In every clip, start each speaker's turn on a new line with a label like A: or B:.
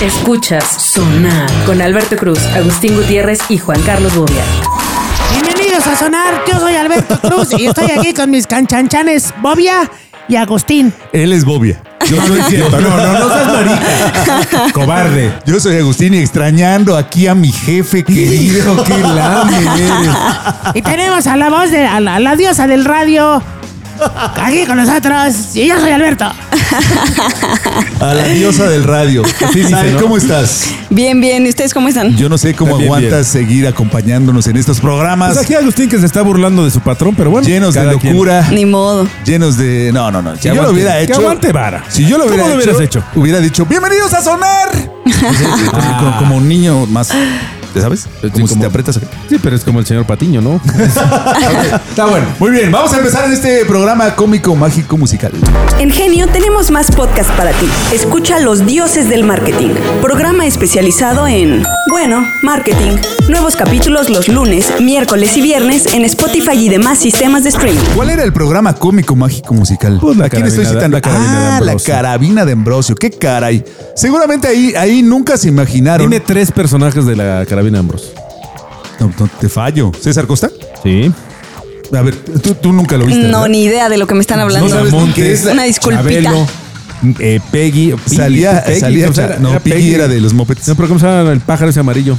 A: Escuchas Sonar con Alberto Cruz, Agustín Gutiérrez y Juan Carlos Bobia.
B: Bienvenidos a Sonar, yo soy Alberto Cruz y estoy aquí con mis canchanchanes Bobia y Agustín.
C: Él es Bobia. Yo soy,
D: No, no, no seas marica. Cobarde.
C: yo soy Agustín y extrañando aquí a mi jefe querido. Qué lame eres.
B: Y tenemos a la voz de a la, a la diosa del radio aquí con nosotros y yo soy Alberto.
C: A la diosa del radio. Sí, Sal, ¿Cómo estás?
E: Bien, bien. ¿Y ustedes cómo están?
C: Yo no sé cómo
D: Bien,
C: aguantas seguir acompañándonos en estos programas
D: Pues aquí Agustín que se está burlando de su patrón, pero bueno.
C: llenos de
D: cada quien.
C: locura,
E: Ni modo.
C: llenos de. No, no, no. Si
D: Que
C: yo lo
D: aguante,
C: hubiera
D: que
C: hecho.
D: aguante vara.
C: Si yo lo
D: ¿Cómo
C: hubiera
D: lo hubieras hecho?
C: Hubiera dicho, bienvenidos a sonar. como, como un niño más. ¿Te sabes? Como si
D: Ah. como-
C: te aprietas. aquí.
D: Sí, pero es como el señor Patiño, ¿no?
C: Está bueno. Muy bien, vamos a empezar en este programa cómico, mágico, musical.
F: En Genio tenemos más podcast para ti. Escucha Los Dioses del Marketing, programa especializado en, bueno, marketing. Nuevos capítulos los lunes, miércoles y viernes en Spotify y demás sistemas de streaming.
C: ¿Cuál era el programa cómico mágico musical?
D: Pues la
C: ¿A quién estoy
D: carabina-
C: citando?
D: la carabina de
C: ah, la
D: Ambrosio.
C: carabina de Ambrosio. Qué caray. Seguramente ahí, ahí nunca se imaginaron.
D: Tiene tres personajes de la carabina Ambros.
C: No, no, te fallo. César Costa.
D: Sí.
C: A ver, tú, tú nunca lo viste.
E: No,
C: ¿verdad?
E: ni idea de lo que me están hablando.
C: No sabes ni qué es.
E: Una disculpita.
D: Chabelo, eh, Peggy. Piggy,
C: Salía,
D: Peggy,
C: salía,
D: ¿cómo se llama?
C: no,
D: Era
C: Piggy era de los Muppets.
D: No, pero ¿cómo se llama el pájaro ese amarillo?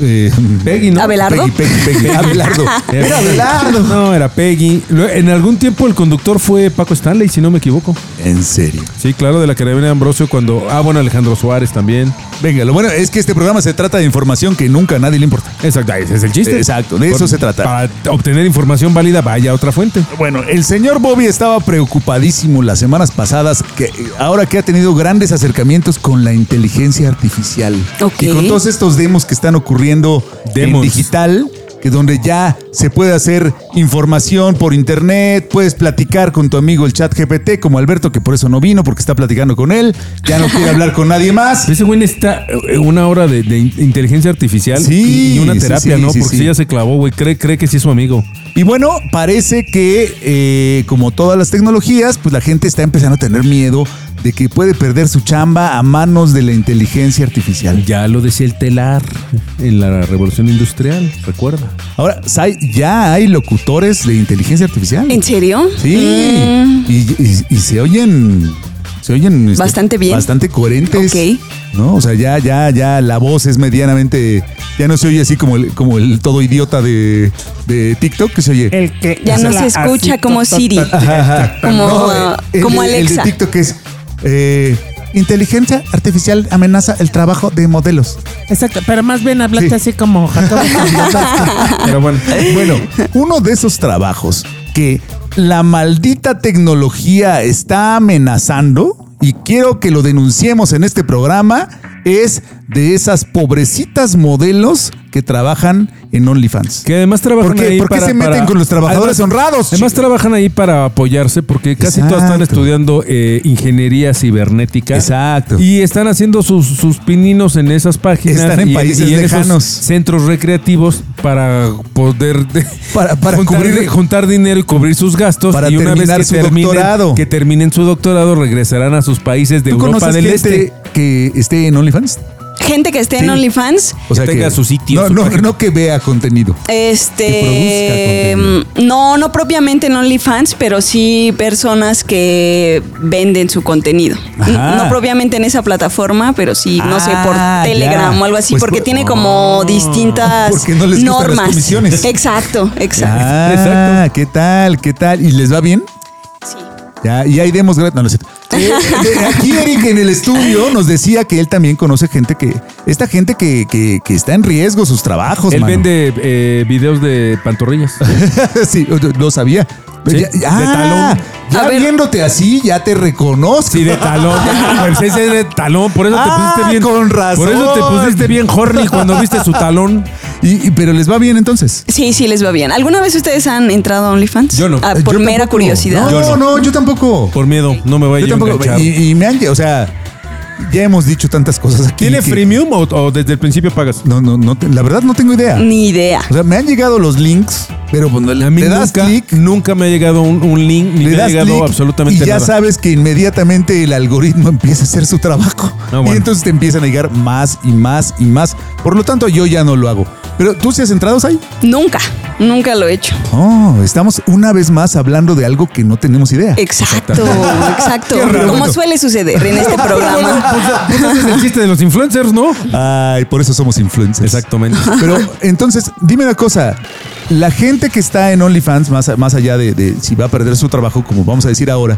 C: Eh,
D: Peggy, ¿no?
E: Abel- ¿Abelardo?
C: Peggy, Peggy, Peggy. Abelardo. Era Abelardo.
D: No, era Peggy. Lue- En algún tiempo el conductor fue Paco Stanley, si no me equivoco.
C: En serio.
D: Sí, claro, de la carabina de Ambrosio cuando... Ah, bueno, Alejandro Suárez también.
C: Venga, lo bueno es que este programa se trata de información que nunca a nadie le importa.
D: Exacto, ese es el chiste.
C: Exacto, de eso se trata.
D: Para obtener información válida, vaya a otra fuente.
C: Bueno, el señor Bobby estaba preocupadísimo las semanas pasadas, que eh, ahora que ha tenido grandes acercamientos con la inteligencia artificial.
E: Ok.
C: Y con todos estos demos que están ocurriendo en
D: Demos.
C: digital, que donde ya se puede hacer información por internet, puedes platicar con tu amigo el chat GPT, como Alberto, que por eso no vino, porque está platicando con él, ya no quiere hablar con nadie más.
D: Ese güey necesita eh, una hora de, de in- inteligencia artificial
C: Sí,
D: y- y una
C: sí,
D: terapia,
C: sí,
D: ¿no?
C: sí,
D: Porque
C: sí.
D: si ella se clavó, güey. Cree, cree que sí es su amigo.
C: Y bueno, parece que eh, como todas las tecnologías, pues la gente está empezando a tener miedo de que puede perder su chamba a manos de la inteligencia artificial.
D: Ya lo decía el telar en la revolución industrial, recuerda.
C: Ahora, Sai, ya hay locutores de inteligencia artificial.
E: ¿En serio? Mm.
C: Sí. Y, y- y se oyen. Se oyen este,
E: Bastante bien.
C: Bastante coherentes.
E: Ok.
C: ¿No? O sea, ya, ya, ya la voz es medianamente. Ya no se oye así como el, como el todo idiota de, de TikTok que se oye.
B: El
F: Mm,
B: que
E: Ya no se escucha como Siri. Como,
C: No,
E: ah,
C: el-
E: como
C: el-
E: Alexa.
C: El de TikTok es eh, inteligencia artificial amenaza el trabajo de modelos.
B: Exacto, pero más bien hablaste
C: Sí.
B: así como Jacobo.
D: Pero bueno,
C: Bueno, uno de esos trabajos que la maldita tecnología está amenazando y quiero que lo denunciemos en este programa es de esas pobrecitas modelos que trabajan en OnlyFans.
D: que además trabajan
C: ¿Por qué?
D: ahí
C: ¿Por qué
D: para-
C: se meten
D: para-
C: con los trabajadores
D: Además-
C: honrados?
D: Además trabajan ahí para apoyarse porque casi todas están
C: Exacto.
D: estudiando eh, ingeniería cibernética.
C: Exacto.
D: Y están haciendo sus, sus pininos en esas páginas.
C: Están en
D: y,
C: países
D: y en
C: lejanos.
D: Esos centros recreativos para poder... de-
C: Para- para
D: juntar,
C: cubrir-
D: juntar dinero y cubrir sus gastos.
C: Para
D: y una vez
C: terminar
D: que
C: su
D: terminen,
C: doctorado.
D: que terminen su doctorado regresarán a sus países de
C: ¿Tú
D: Europa
C: conoces
D: del
C: gente
D: Este.
C: que esté en OnlyFans?
E: Gente que esté
C: Sí.
E: en OnlyFans.
D: Que tenga su sitio,
C: No,
D: su
C: no,
D: página.
C: no que vea contenido. Que
E: Este.
C: produzca
E: No, no propiamente en OnlyFans, pero sí personas que venden su contenido.
C: Ajá.
E: No propiamente en esa plataforma, pero sí, no sé, por
C: Ah,
E: Telegram
C: ya.
E: o algo así,
C: Pues
E: porque
C: por-
E: tiene como distintas
C: Porque no les gustan las
E: normas.
C: comisiones.
E: Exacto, exacto.
C: Ah,
D: Exacto.
C: ¿qué tal? ¿Qué tal? ¿Y les va bien?
E: Sí.
C: Ya, y ahí demos gratis. No, no es cierto. Eh, Aquí Eric en el estudio nos decía que él también conoce gente que. Esta gente que, que- que está en riesgo sus trabajos.
D: Él
C: mano.
D: vende eh, videos de pantorrillas.
C: sí, lo- lo sabía.
D: Sí,
C: Ya-
D: de
C: ah,
D: talón.
C: ya
E: A ver.
C: viéndote así, ya te reconozco.
D: Sí, de talón. Pues ese es de talón. Por eso
C: Ah,
D: te pusiste bien.
C: con razón.
D: Por eso te pusiste bien horny cuando viste su talón.
C: Y- y- pero les va bien entonces.
E: Sí, sí, les va bien. ¿Alguna vez ustedes han entrado a OnlyFans?
D: Yo no.
E: Ah, por
C: Eh, Yo
E: mera
C: tampoco.
E: curiosidad.
C: No, no,
D: Yo no.
C: yo tampoco.
D: Por miedo, no me vaya
C: Yo
D: yo a
C: tampoco.
D: enganchar.
C: Y, y me han, o sea, ya hemos dicho tantas cosas aquí.
D: ¿Tiene
C: que-
D: freemium o, o desde el principio pagas?
C: No, no, no, te- la verdad no tengo idea.
E: Ni idea.
C: O sea, me han llegado los links, pero cuando le,
D: Pues A mí
C: le das
D: nunca,
C: clic,
D: nunca me ha llegado un, un link, ni
C: le
D: me ha
C: das clic
D: llegado absolutamente
C: y ya
D: nada.
C: sabes que inmediatamente el algoritmo empieza a hacer su trabajo.
D: No, bueno.
C: Y entonces te empiezan a llegar más y más y más. Por lo tanto, yo ya no lo hago. Pero tú si has entrado ahí.
E: Nunca, nunca lo he hecho.
C: Oh, estamos una vez más hablando de algo que no tenemos idea.
E: Exacto, exacto.
C: Qué raro.
E: Como suele suceder en este programa.
D: Pues ese es el chiste de los influencers, ¿no?
C: Ay, por eso somos influencers.
D: Exactamente.
C: Pero entonces, dime una cosa. La gente que está en OnlyFans, más, a- más allá de, de si va a perder su trabajo, como vamos a decir ahora,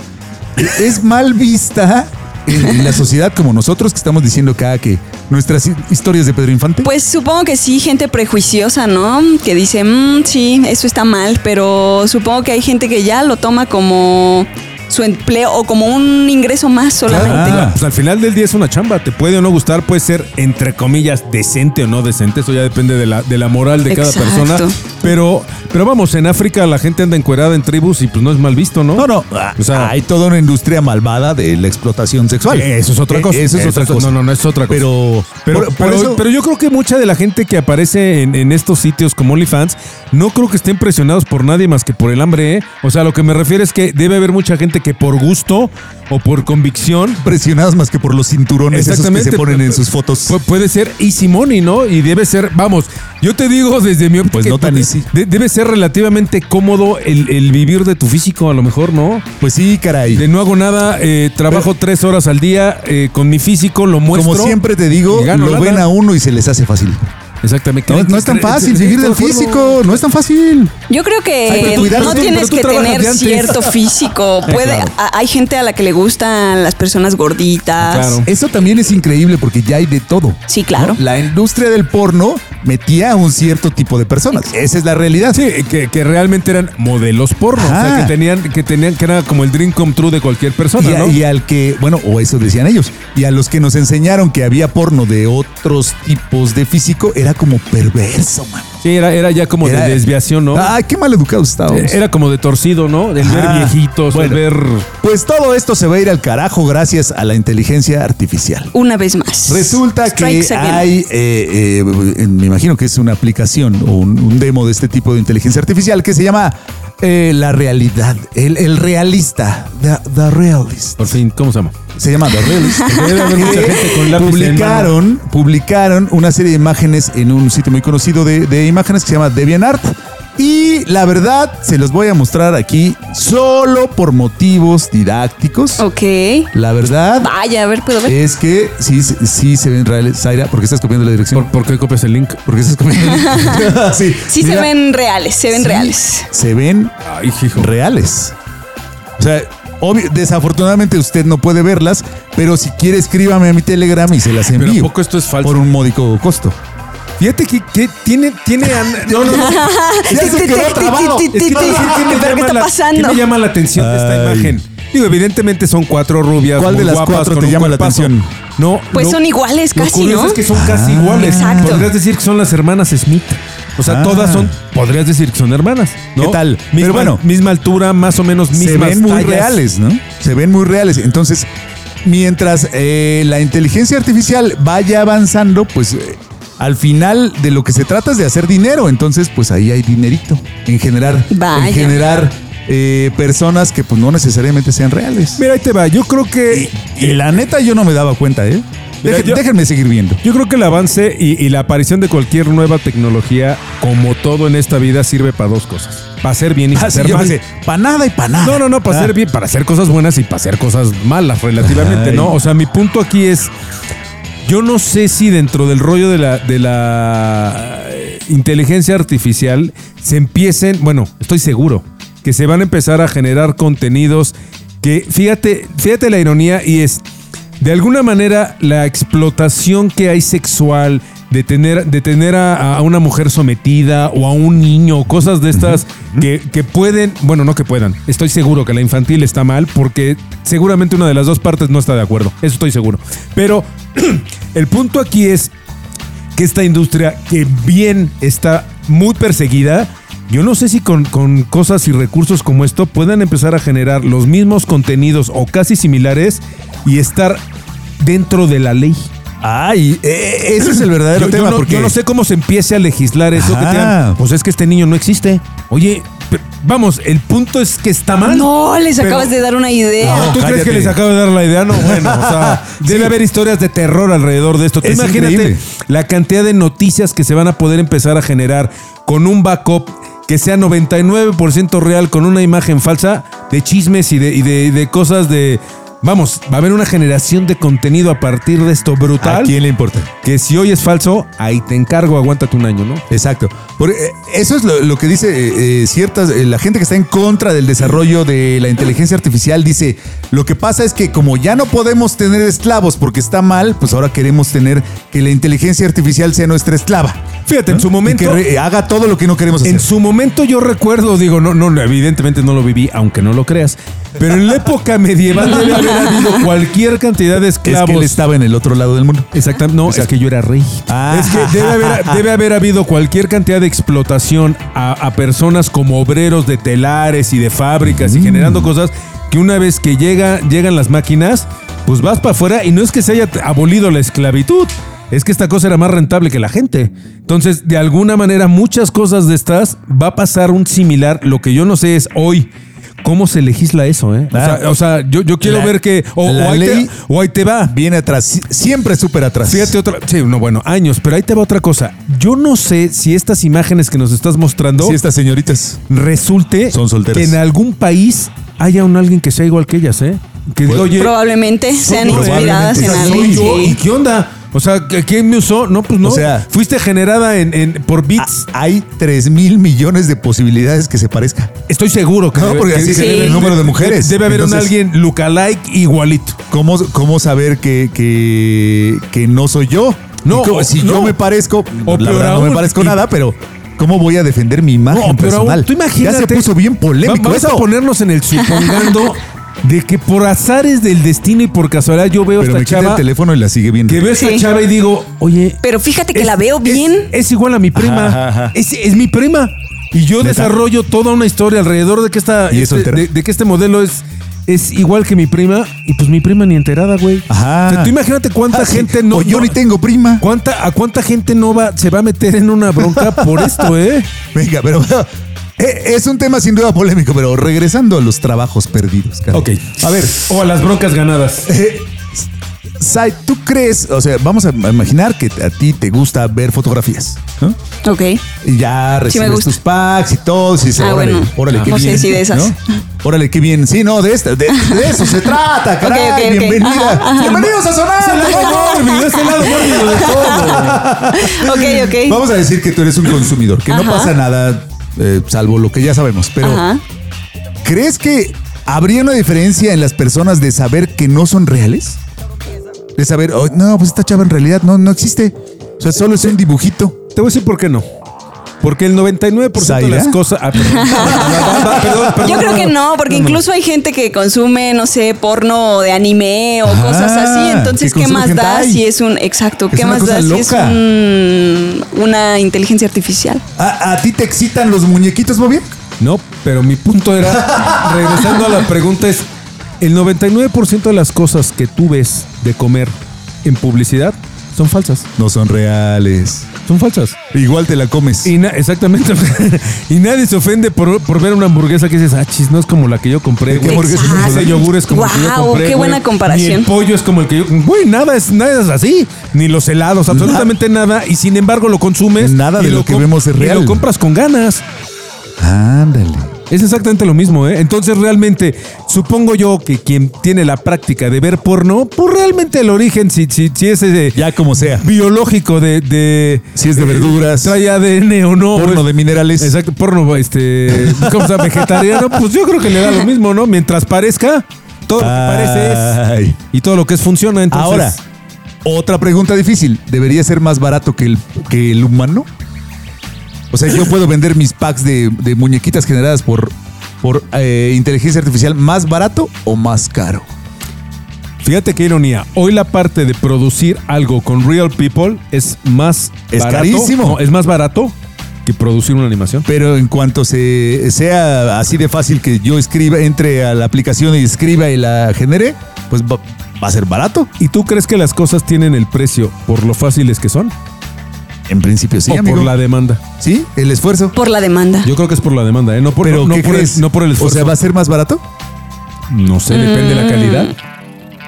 C: es mal vista en, en la sociedad como nosotros que estamos diciendo cada que nuestras hi- historias de Pedro Infante.
E: Pues supongo que sí, gente prejuiciosa, ¿no? Que dice, "Mm, sí, eso está mal, pero supongo que hay gente que ya lo toma como su empleo o como un ingreso más solamente.
C: Ah.
D: Pues al final del día es una chamba. Te puede o no gustar, puede ser, entre comillas, decente o no decente. Eso ya depende de la, de la moral de cada
E: Exacto.
D: persona. Pero, pero vamos, en África la gente anda encuerada en tribus y pues no es mal visto, ¿no?
C: no, no. ah,
D: O sea,
C: hay toda una industria malvada de la explotación sexual.
D: Eh, Eso es otra cosa.
C: Eh, Eso es otra cosa.
D: No, no, no es otra cosa.
C: Pero,
D: Pero,
C: por- por
D: pero,
C: eso-
D: pero yo creo que mucha de la gente que aparece en, en estos sitios como OnlyFans no creo que estén presionados por nadie más que por el hambre. ¿eh? O sea, lo que me refiero es que debe haber mucha gente que por gusto o por convicción.
C: presionadas más que por los cinturones esos que se ponen en sus fotos.
D: Pu- puede ser easy money, ¿no? Y debe ser, vamos, yo te digo desde mi óptica-
C: Pues no tan easy.
D: de- debe ser relativamente cómodo el, el vivir de tu físico, a lo mejor, ¿no?
C: Pues sí, caray.
D: De no hago nada, eh, trabajo tres horas al día eh, con mi físico, lo muestro.
C: Como siempre te digo,
D: y gano
C: lo
D: lana.
C: ven a uno y se les hace fácil.
D: Exactamente.
C: No, no es tan fácil vivir del físico, no es tan fácil.
E: Yo creo
C: Ay,
E: que
C: pero tú dirás,
E: no
C: tú-
E: tienes
D: pero tú
E: que
D: trabajas
E: tener
D: de antes.
E: cierto físico. Puede, a- hay gente a la que le gustan las personas gorditas.
D: Claro.
C: Eso también es increíble porque ya hay de todo.
E: Sí, claro.
C: La industria del porno metía a un cierto tipo de personas. Esa es la realidad.
D: Sí, que, que realmente eran modelos porno. O
C: Ajá.
D: sea, que tenían, que tenían, que era como el dream come true de cualquier persona,
C: Ah. Y, a-
D: ¿no?
C: y al que, bueno, o eso decían ellos, y a los que nos enseñaron que había porno de otros tipos de físico, era como perverso, man.
D: Sí, era, era ya como
C: Era- Ah,
D: de desviación, ¿no?
C: Ay, qué mal educados
D: Eh,
C: estábamos.
D: era como de torcido, ¿no? El ver
C: Ah,
D: viejitos,
C: bueno.
D: el ver.
C: Pues todo esto se va a ir al carajo gracias a la inteligencia artificial.
E: Una vez más.
C: Resulta que
E: Strikes again.
C: hay, eh, eh, me imagino que es una aplicación o un, un demo de este tipo de inteligencia artificial que se llama eh, la realidad, el, el realista, the, the realist.
D: Por fin, ¿cómo se llama?
C: Se llama The Realist.
D: Debe haber mucha gente con lápiz en
C: publicaron, publicaron una serie de imágenes en un sitio muy conocido de, de imágenes que se llama DeviantArt. Y la verdad, se los voy a mostrar aquí solo por motivos didácticos.
E: Ok.
C: La verdad,
E: Vaya, a ver, puedo
D: Eh,
E: ver.
C: es que sí, sí se ven reales. Zaira, porque estás copiando la dirección?
D: ¿Por, por qué copias el link?
C: porque estás copiando el link? sí,
E: Sí, se
C: mira,
E: ven reales, se ven
C: sí,
E: reales.
C: Se ven
D: Ay, hijo.
C: reales. O sea, obvio- desafortunadamente usted no puede verlas, pero si quiere escríbame a mi Telegram y se las
D: Pero
C: envío.
D: ¿a poco esto es falso?
C: Por un módico costo.
D: Fíjate que, que tiene, tiene. an- No, no, no.
C: Ya se quedó trabado.
E: Ti, ti,
D: Es
E: ti,
D: que no sé
E: ti.
D: qué me
E: ¿Pero qué
D: llama
E: está
D: la-
E: pasando?
D: qué me llama la atención de esta
C: Ay.
D: imagen? Digo, evidentemente son cuatro rubias.
C: ¿Cuál
D: muy
C: de las
D: guapas,
C: cuatro
D: con
C: te
D: un
C: llama la
D: cuerpazo.
C: atención? Ah.
D: No.
E: Pues
D: no.
E: son iguales
D: Lo
E: casi,
D: curioso
E: ¿no?
D: es que son casi iguales.
E: Exacto.
D: Podrías decir que son las hermanas Smith. O sea,
C: Ah.
D: todas son. Podrías decir que son hermanas. ¿no?
C: ¿Qué tal?
D: Misma,
C: Pero bueno.
D: misma altura, más o menos mismas
C: se ven muy
D: tallas.
C: reales, ¿no? Se ven muy reales. Entonces, mientras eh, la inteligencia artificial vaya avanzando, pues eh, al final de lo que se trata es de hacer dinero. Entonces, pues ahí hay dinerito en generar, en
E: Vaya.
C: generar eh, personas que pues no necesariamente sean reales.
D: Mira, ahí te va. Yo creo que.
C: Y la neta yo no me daba cuenta, ¿eh?
D: Mira,
C: Deje-
D: yo-
C: Déjenme seguir viendo.
D: Yo creo que el avance y, y la aparición de cualquier nueva tecnología, como todo en esta vida, sirve para dos cosas. Para hacer
C: Ah,
D: bien y para hacer mal.
C: para nada y para nada.
D: No, no, no, para
C: Ah.
D: hacer bien, para hacer cosas buenas y para hacer cosas malas relativamente,
C: Ay.
D: ¿no? O sea, mi punto aquí es, yo no sé si dentro del rollo de la, de la eh, inteligencia artificial se empiecen, bueno, estoy seguro, que se van a empezar a generar contenidos que, fíjate, fíjate la ironía y es, de alguna manera, la explotación que hay sexual, de tener, de tener a, a una mujer sometida o a un niño, o cosas de estas que, que pueden, bueno, no que puedan, estoy seguro que la infantil está mal porque seguramente una de las dos partes no está de acuerdo, eso estoy seguro. Pero el punto aquí es que esta industria que bien está muy perseguida, yo no sé si con, con cosas y recursos como esto puedan empezar a generar los mismos contenidos o casi similares y estar dentro de la ley.
C: Ay, eh, ese es el verdadero
D: Yo- yo
C: tema.
D: no,
C: porque
D: yo no sé cómo se empiece a legislar eso. que te
C: Ajá.
D: digan, pues es que este niño no existe. Oye, pero- vamos, el punto es que está mal.
E: No, les
D: Pero-
E: acabas de dar una idea.
C: No,
D: ¿Tú crees
C: cállate.
D: que les acabo de dar la idea? No, bueno, o sea, debe haber historias de terror alrededor de esto. Tú
C: Es
D: imagínate
C: increíble.
D: la cantidad de noticias que se van a poder empezar a generar con un backup que sea 99% real, con una imagen falsa de chismes y de, y de- y de cosas de... Vamos, va a haber una generación de contenido a partir de
C: ¿A
D: esto brutal.
C: quién le importa?
D: Que si hoy es falso, ahí te encargo, aguántate un año, ¿no?
C: Exacto. Por- eh, eso es lo, lo que dice eh, eh, ciertas. eh, la gente que está en contra del desarrollo de la inteligencia artificial dice: Lo que pasa es que, como ya no podemos tener esclavos porque está mal, pues ahora queremos tener que la inteligencia artificial sea nuestra esclava.
D: Fíjate, en
C: ¿no?
D: su
C: Y
D: momento-
C: que re- eh, haga todo lo que no queremos hacer.
D: En su momento yo recuerdo, digo, no, no, evidentemente no lo viví, aunque no lo creas, pero en la época medieval debe haber habido cualquier cantidad de
C: es
D: esclavos.
C: que él estaba en el otro lado del mundo.
D: Exactamente, no, es que yo era rey.
C: Ah.
D: Es que debe haber, debe haber habido cualquier cantidad de explotación a, a personas como obreros de telares y de fábricas y generando cosas que una vez que llega, llegan las máquinas, pues vas para afuera y no es que se haya abolido la esclavitud. Es que esta cosa era más rentable que la gente. Entonces, de alguna manera, muchas cosas de estas va a pasar un similar. Lo que yo no sé es hoy cómo se legisla eso. ¿eh? O sea,
C: Ah.
D: o sea, yo, yo quiero
C: La-
D: ver que. O,
C: la
D: o ahí te-
C: ley-
D: o ahí te va.
C: Viene atrás, si- siempre súper atrás.
D: Fíjate otra. Sí, no, bueno, años, pero ahí te va otra cosa. Yo no sé si estas imágenes que nos estás mostrando
C: Si estas señoritas.
D: resulte
C: Son solteras.
D: que en algún país haya un alguien que sea igual que ellas, ¿eh? Que diga,
C: Pues,
D: oye,
E: Probablemente sean inspiradas en
C: probablemente.
E: algo.
D: soy yo,
E: sí.
D: ¿y qué onda? O sea, ¿qué- ¿quién me usó? No, pues no.
C: O sea-
D: fuiste generada en, en- por bits.
E: Ah.
C: a- hay 3 mil millones de posibilidades que se parezca.
D: Estoy seguro que
C: No,
D: debe-
C: porque
D: que-
C: así
D: que
C: se ve
D: debe-
C: el número de mujeres.
D: Debe haber un
C: Entonces-
D: alguien lookalike igualito.
C: ¿Cómo, cómo saber que, que, que no soy yo?
D: No,
C: Y cómo- si
D: no.
C: yo me parezco,
D: O
C: la
D: peor
C: verdad no me
D: aún,
C: parezco
D: y-
C: nada, pero ¿cómo voy a defender mi imagen
D: No, pero
C: personal?
D: aún, tú imagínate.
C: Ya se puso bien
D: Va-
C: polémico
D: Vamos
C: eso.
D: a ponernos en el supongando de que por azares del destino y por casualidad yo veo a
C: pero
D: esta
C: me quita el
D: chava.
C: teléfono y la sigue viendo.
D: Que veo a esta
E: Sí.
D: chava y digo, oye.
E: Pero fíjate que
D: es-
E: la veo
D: es-
E: bien.
D: Es, igual a mi prima.
C: Ajá, ajá, ajá.
D: Es, es mi prima. Y yo
C: ¿Neta?
D: desarrollo toda una historia alrededor de que esta.
C: ¿Y es
D: este-
C: soltera?
D: de, de que este modelo es. Es igual que mi prima, y pues mi prima ni enterada, güey.
C: Ajá.
D: O sea, tú imagínate cuánta
C: Ah, sí.
D: gente no.
C: O yo
D: no-
C: ni tengo prima.
D: ¿Cuánta, ¿A cuánta gente no va, se va a meter en una bronca por esto, eh?
C: Venga, pero bueno, eh, es un tema sin duda polémico, pero regresando a los trabajos perdidos. Carlos. Eh,
D: Ok. A ver. O a las broncas ganadas.
C: Sai, ¿tú crees? O sea, vamos a imaginar que a ti te gusta ver fotografías, ¿no?
E: Ok.
C: Y ya recibes
E: gusta.
C: tus packs y todo. Y dices,
E: Ah,
C: órale,
E: bueno.
C: órale, qué
E: No sé
C: bien.
E: si de esas.
C: ¿no? Órale, qué bien. Sí, no, de, esta, de, de eso se trata, caray.
E: ok, ok.
C: Bienvenida.
E: Ajá, ajá.
C: Bienvenidos a Sonar. por favor.
E: Ok, ok.
C: Vamos a decir que tú eres un consumidor, que no
E: Ajá.
C: pasa nada, eh, salvo lo que ya sabemos. Pero,
E: Ajá.
C: ¿crees que habría una diferencia en las personas de saber que no son reales? De saber, "Oh, no, pues esta chava en realidad no, no existe. O sea, solo es un dibujito.
D: Te voy a decir por qué no. Porque el 99% de las
C: ¿Zaira?
D: cosas. ah, perdón. Va, va, perdón, perdón,
E: Yo creo que no, porque
D: no.
E: incluso hay gente que consume, no sé, porno de anime o
C: Ah,
E: cosas así. Entonces,
C: que
E: ¿qué
C: consume
E: más da
C: hentai.
E: si es un. Exacto,
C: Es
E: ¿qué
C: una
E: más
C: cosa
E: da si es
C: loca.
E: un- una inteligencia artificial?
C: ¿A, a ti te excitan los muñequitos, Bobby?
D: No, pero mi punto era, regresando a la pregunta, es el 99% de las cosas que tú ves de comer en publicidad son falsas.
C: No son reales.
D: Son falsas.
C: Igual te la comes.
D: Y na- exactamente. y nadie se ofende por, por ver una hamburguesa que dices, ah, chis, no es como la que yo compré.
C: ¿De qué
D: güey.
C: hamburguesa estamos
D: Ese
C: hablando?
D: yogur es como el que yo
E: Guau,
D: compré.
E: qué
D: güey.
E: buena comparación.
D: Ni el pollo es como el que yo. Güey, nada es, nada es así. Ni los helados, absolutamente nada. Y sin embargo lo consumes.
C: Nada
D: y
C: de lo que
D: com-
C: vemos es
D: y
C: real.
D: lo compras con ganas.
C: Ándale.
D: Es exactamente lo mismo, ¿eh? Entonces realmente, supongo yo que quien tiene la práctica de ver porno, pues realmente el origen, si, si, si es eh,
C: Ya como sea.
D: biológico de, de-
C: Si es de
D: eh,
C: verduras.
D: trae ADN o no.
C: Porno
D: pues.
C: de minerales.
D: Exacto, porno, este, ¿cómo se llama? Vegetariano, pues yo creo que le da lo mismo, ¿no? Mientras parezca, todo lo que parece es...
C: Ay.
D: Y todo lo que es funciona, entonces...
C: Ahora, otra pregunta difícil. ¿Debería ser más barato que el, que el humano? O sea, yo puedo vender mis packs de, de muñequitas generadas por, por eh, inteligencia artificial más barato o más caro.
D: Fíjate qué ironía. Hoy la parte de producir algo con real people es más
C: Es
D: barato.
C: carísimo.
D: No, es más barato que producir una animación.
C: Pero en cuanto se sea así de fácil que yo escriba, entre a la aplicación y escriba y la genere, pues va- va a ser barato.
D: ¿Y tú crees que las cosas tienen el precio por lo fáciles que son?
C: En principio sí,
D: o
C: amigo.
D: por la demanda.
C: Sí, el esfuerzo.
E: Por la demanda.
D: Yo creo que es por la demanda, ¿eh? No por,
C: Pero
D: no
C: ¿qué
D: por
C: crees?
D: El, no por el
C: O
D: esfuerzo.
C: sea, va a ser más barato.
D: no sé, depende de la calidad.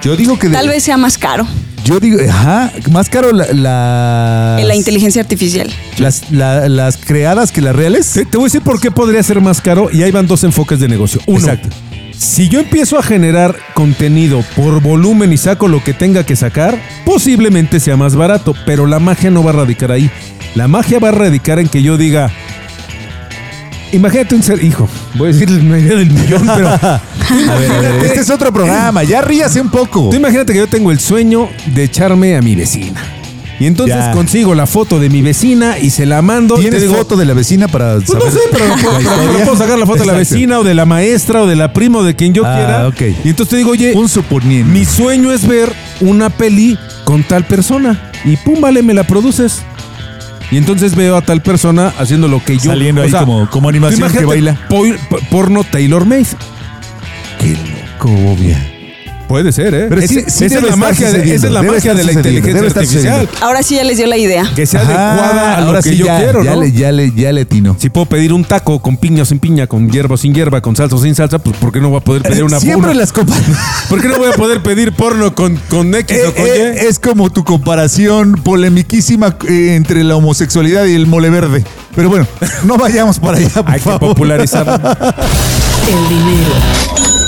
C: Yo digo que de-
E: Tal vez sea más caro
C: Yo digo, ajá, más caro la, la-
E: en la inteligencia artificial.
C: las, la- las creadas que las reales.
D: Te, te voy a decir por qué podría ser más caro y ahí van dos enfoques de negocio. Uno,
C: Exacto.
D: si yo empiezo a generar contenido por volumen y saco lo que tenga que sacar, posiblemente sea más barato, pero la magia no va a radicar ahí. La magia va a radicar en que yo diga, imagínate un ser, hijo, voy a decir la idea del millón, pero
C: A ver, a ver, este es otro programa, ya ríase un poco.
D: Tú imagínate que yo tengo el sueño de echarme a mi vecina. Y entonces
C: Ya.
D: consigo la foto de mi vecina y se la mando. y te
C: ¿Tienes
D: digo,
C: foto de la vecina para
D: Pues
C: saber
D: no sé, pero,
C: la
D: pero- pero
C: historia?
D: puedo sacar la foto de la
C: Exacto.
D: vecina o de la maestra o de la prima o de quien yo
C: Ah,
D: quiera.
C: ok.
D: Y entonces te digo, oye,
C: Un suponiendo.
D: mi sueño es ver una peli con tal persona. Y pum, vale, me la produces. Y entonces veo a tal persona haciendo lo que yo.
C: Saliendo ahí como- como animación
D: tú imagínate
C: que baila.
D: por- por- porno Taylor Made.
C: Qué loco, obvia.
D: Puede ser, ¿eh?
C: Pero
D: Ese-
C: sí- sí
D: esa,
C: debe
D: es la
C: estar
D: magia de,
C: sucediendo,
D: esa es la
C: debe
D: magia
C: estar
D: de la
C: sucediendo, debe
D: inteligencia
C: estar
D: artificial.
C: sucediendo.
E: Ahora sí ya les dio la idea.
D: Que sea adecuada a lo
C: ahora
D: que
C: sí
D: yo
C: ya,
D: quiero,
C: ya
D: ¿no?
C: le, ya le, ya le tino.
D: Si puedo pedir un taco con piña o sin piña, con hierba o sin hierba, con salsa o sin salsa, pues ¿por qué no voy a poder pedir una
C: Siempre
D: una-
C: las comparas.
D: ¿Por qué no voy a poder pedir porno con, con X
C: Eh,
D: o con Y?
C: es como tu comparación polemiquísima eh, entre la homosexualidad y el mole verde. Pero bueno, no vayamos para allá, por
D: Hay que
C: favor.
D: popularizar.
A: El dinero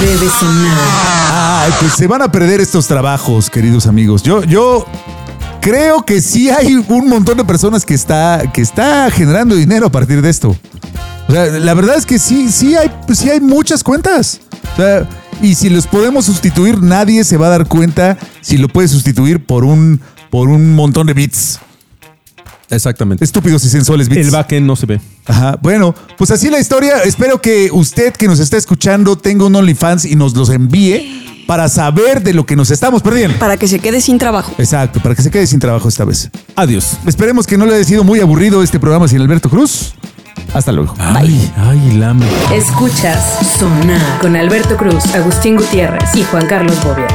A: debe sonar.
C: Ay, pues se van a perder estos trabajos, queridos amigos. Yo, yo creo que sí hay un montón de personas que está, que está generando dinero a partir de esto. O sea, la verdad es que sí, sí hay, pues sí hay muchas cuentas. O sea, y si los podemos sustituir, nadie se va a dar cuenta si lo puedes sustituir por un, por un montón de bits.
D: Exactamente.
C: Estúpidos y sensuales bits.
D: El backend no se ve.
C: Ajá. Bueno, pues así la historia. Espero que usted que nos está escuchando tenga un OnlyFans y nos los envíe para saber de lo que nos estamos perdiendo.
E: Para que se quede sin trabajo.
C: Exacto, para que se quede sin trabajo esta vez.
D: Adiós.
C: Esperemos que no le haya sido muy aburrido este programa sin Alberto Cruz. Hasta luego.
D: Ay, ay, lame.
A: Escuchas Sonar con Alberto Cruz, Agustín Gutiérrez y Juan Carlos Bobia.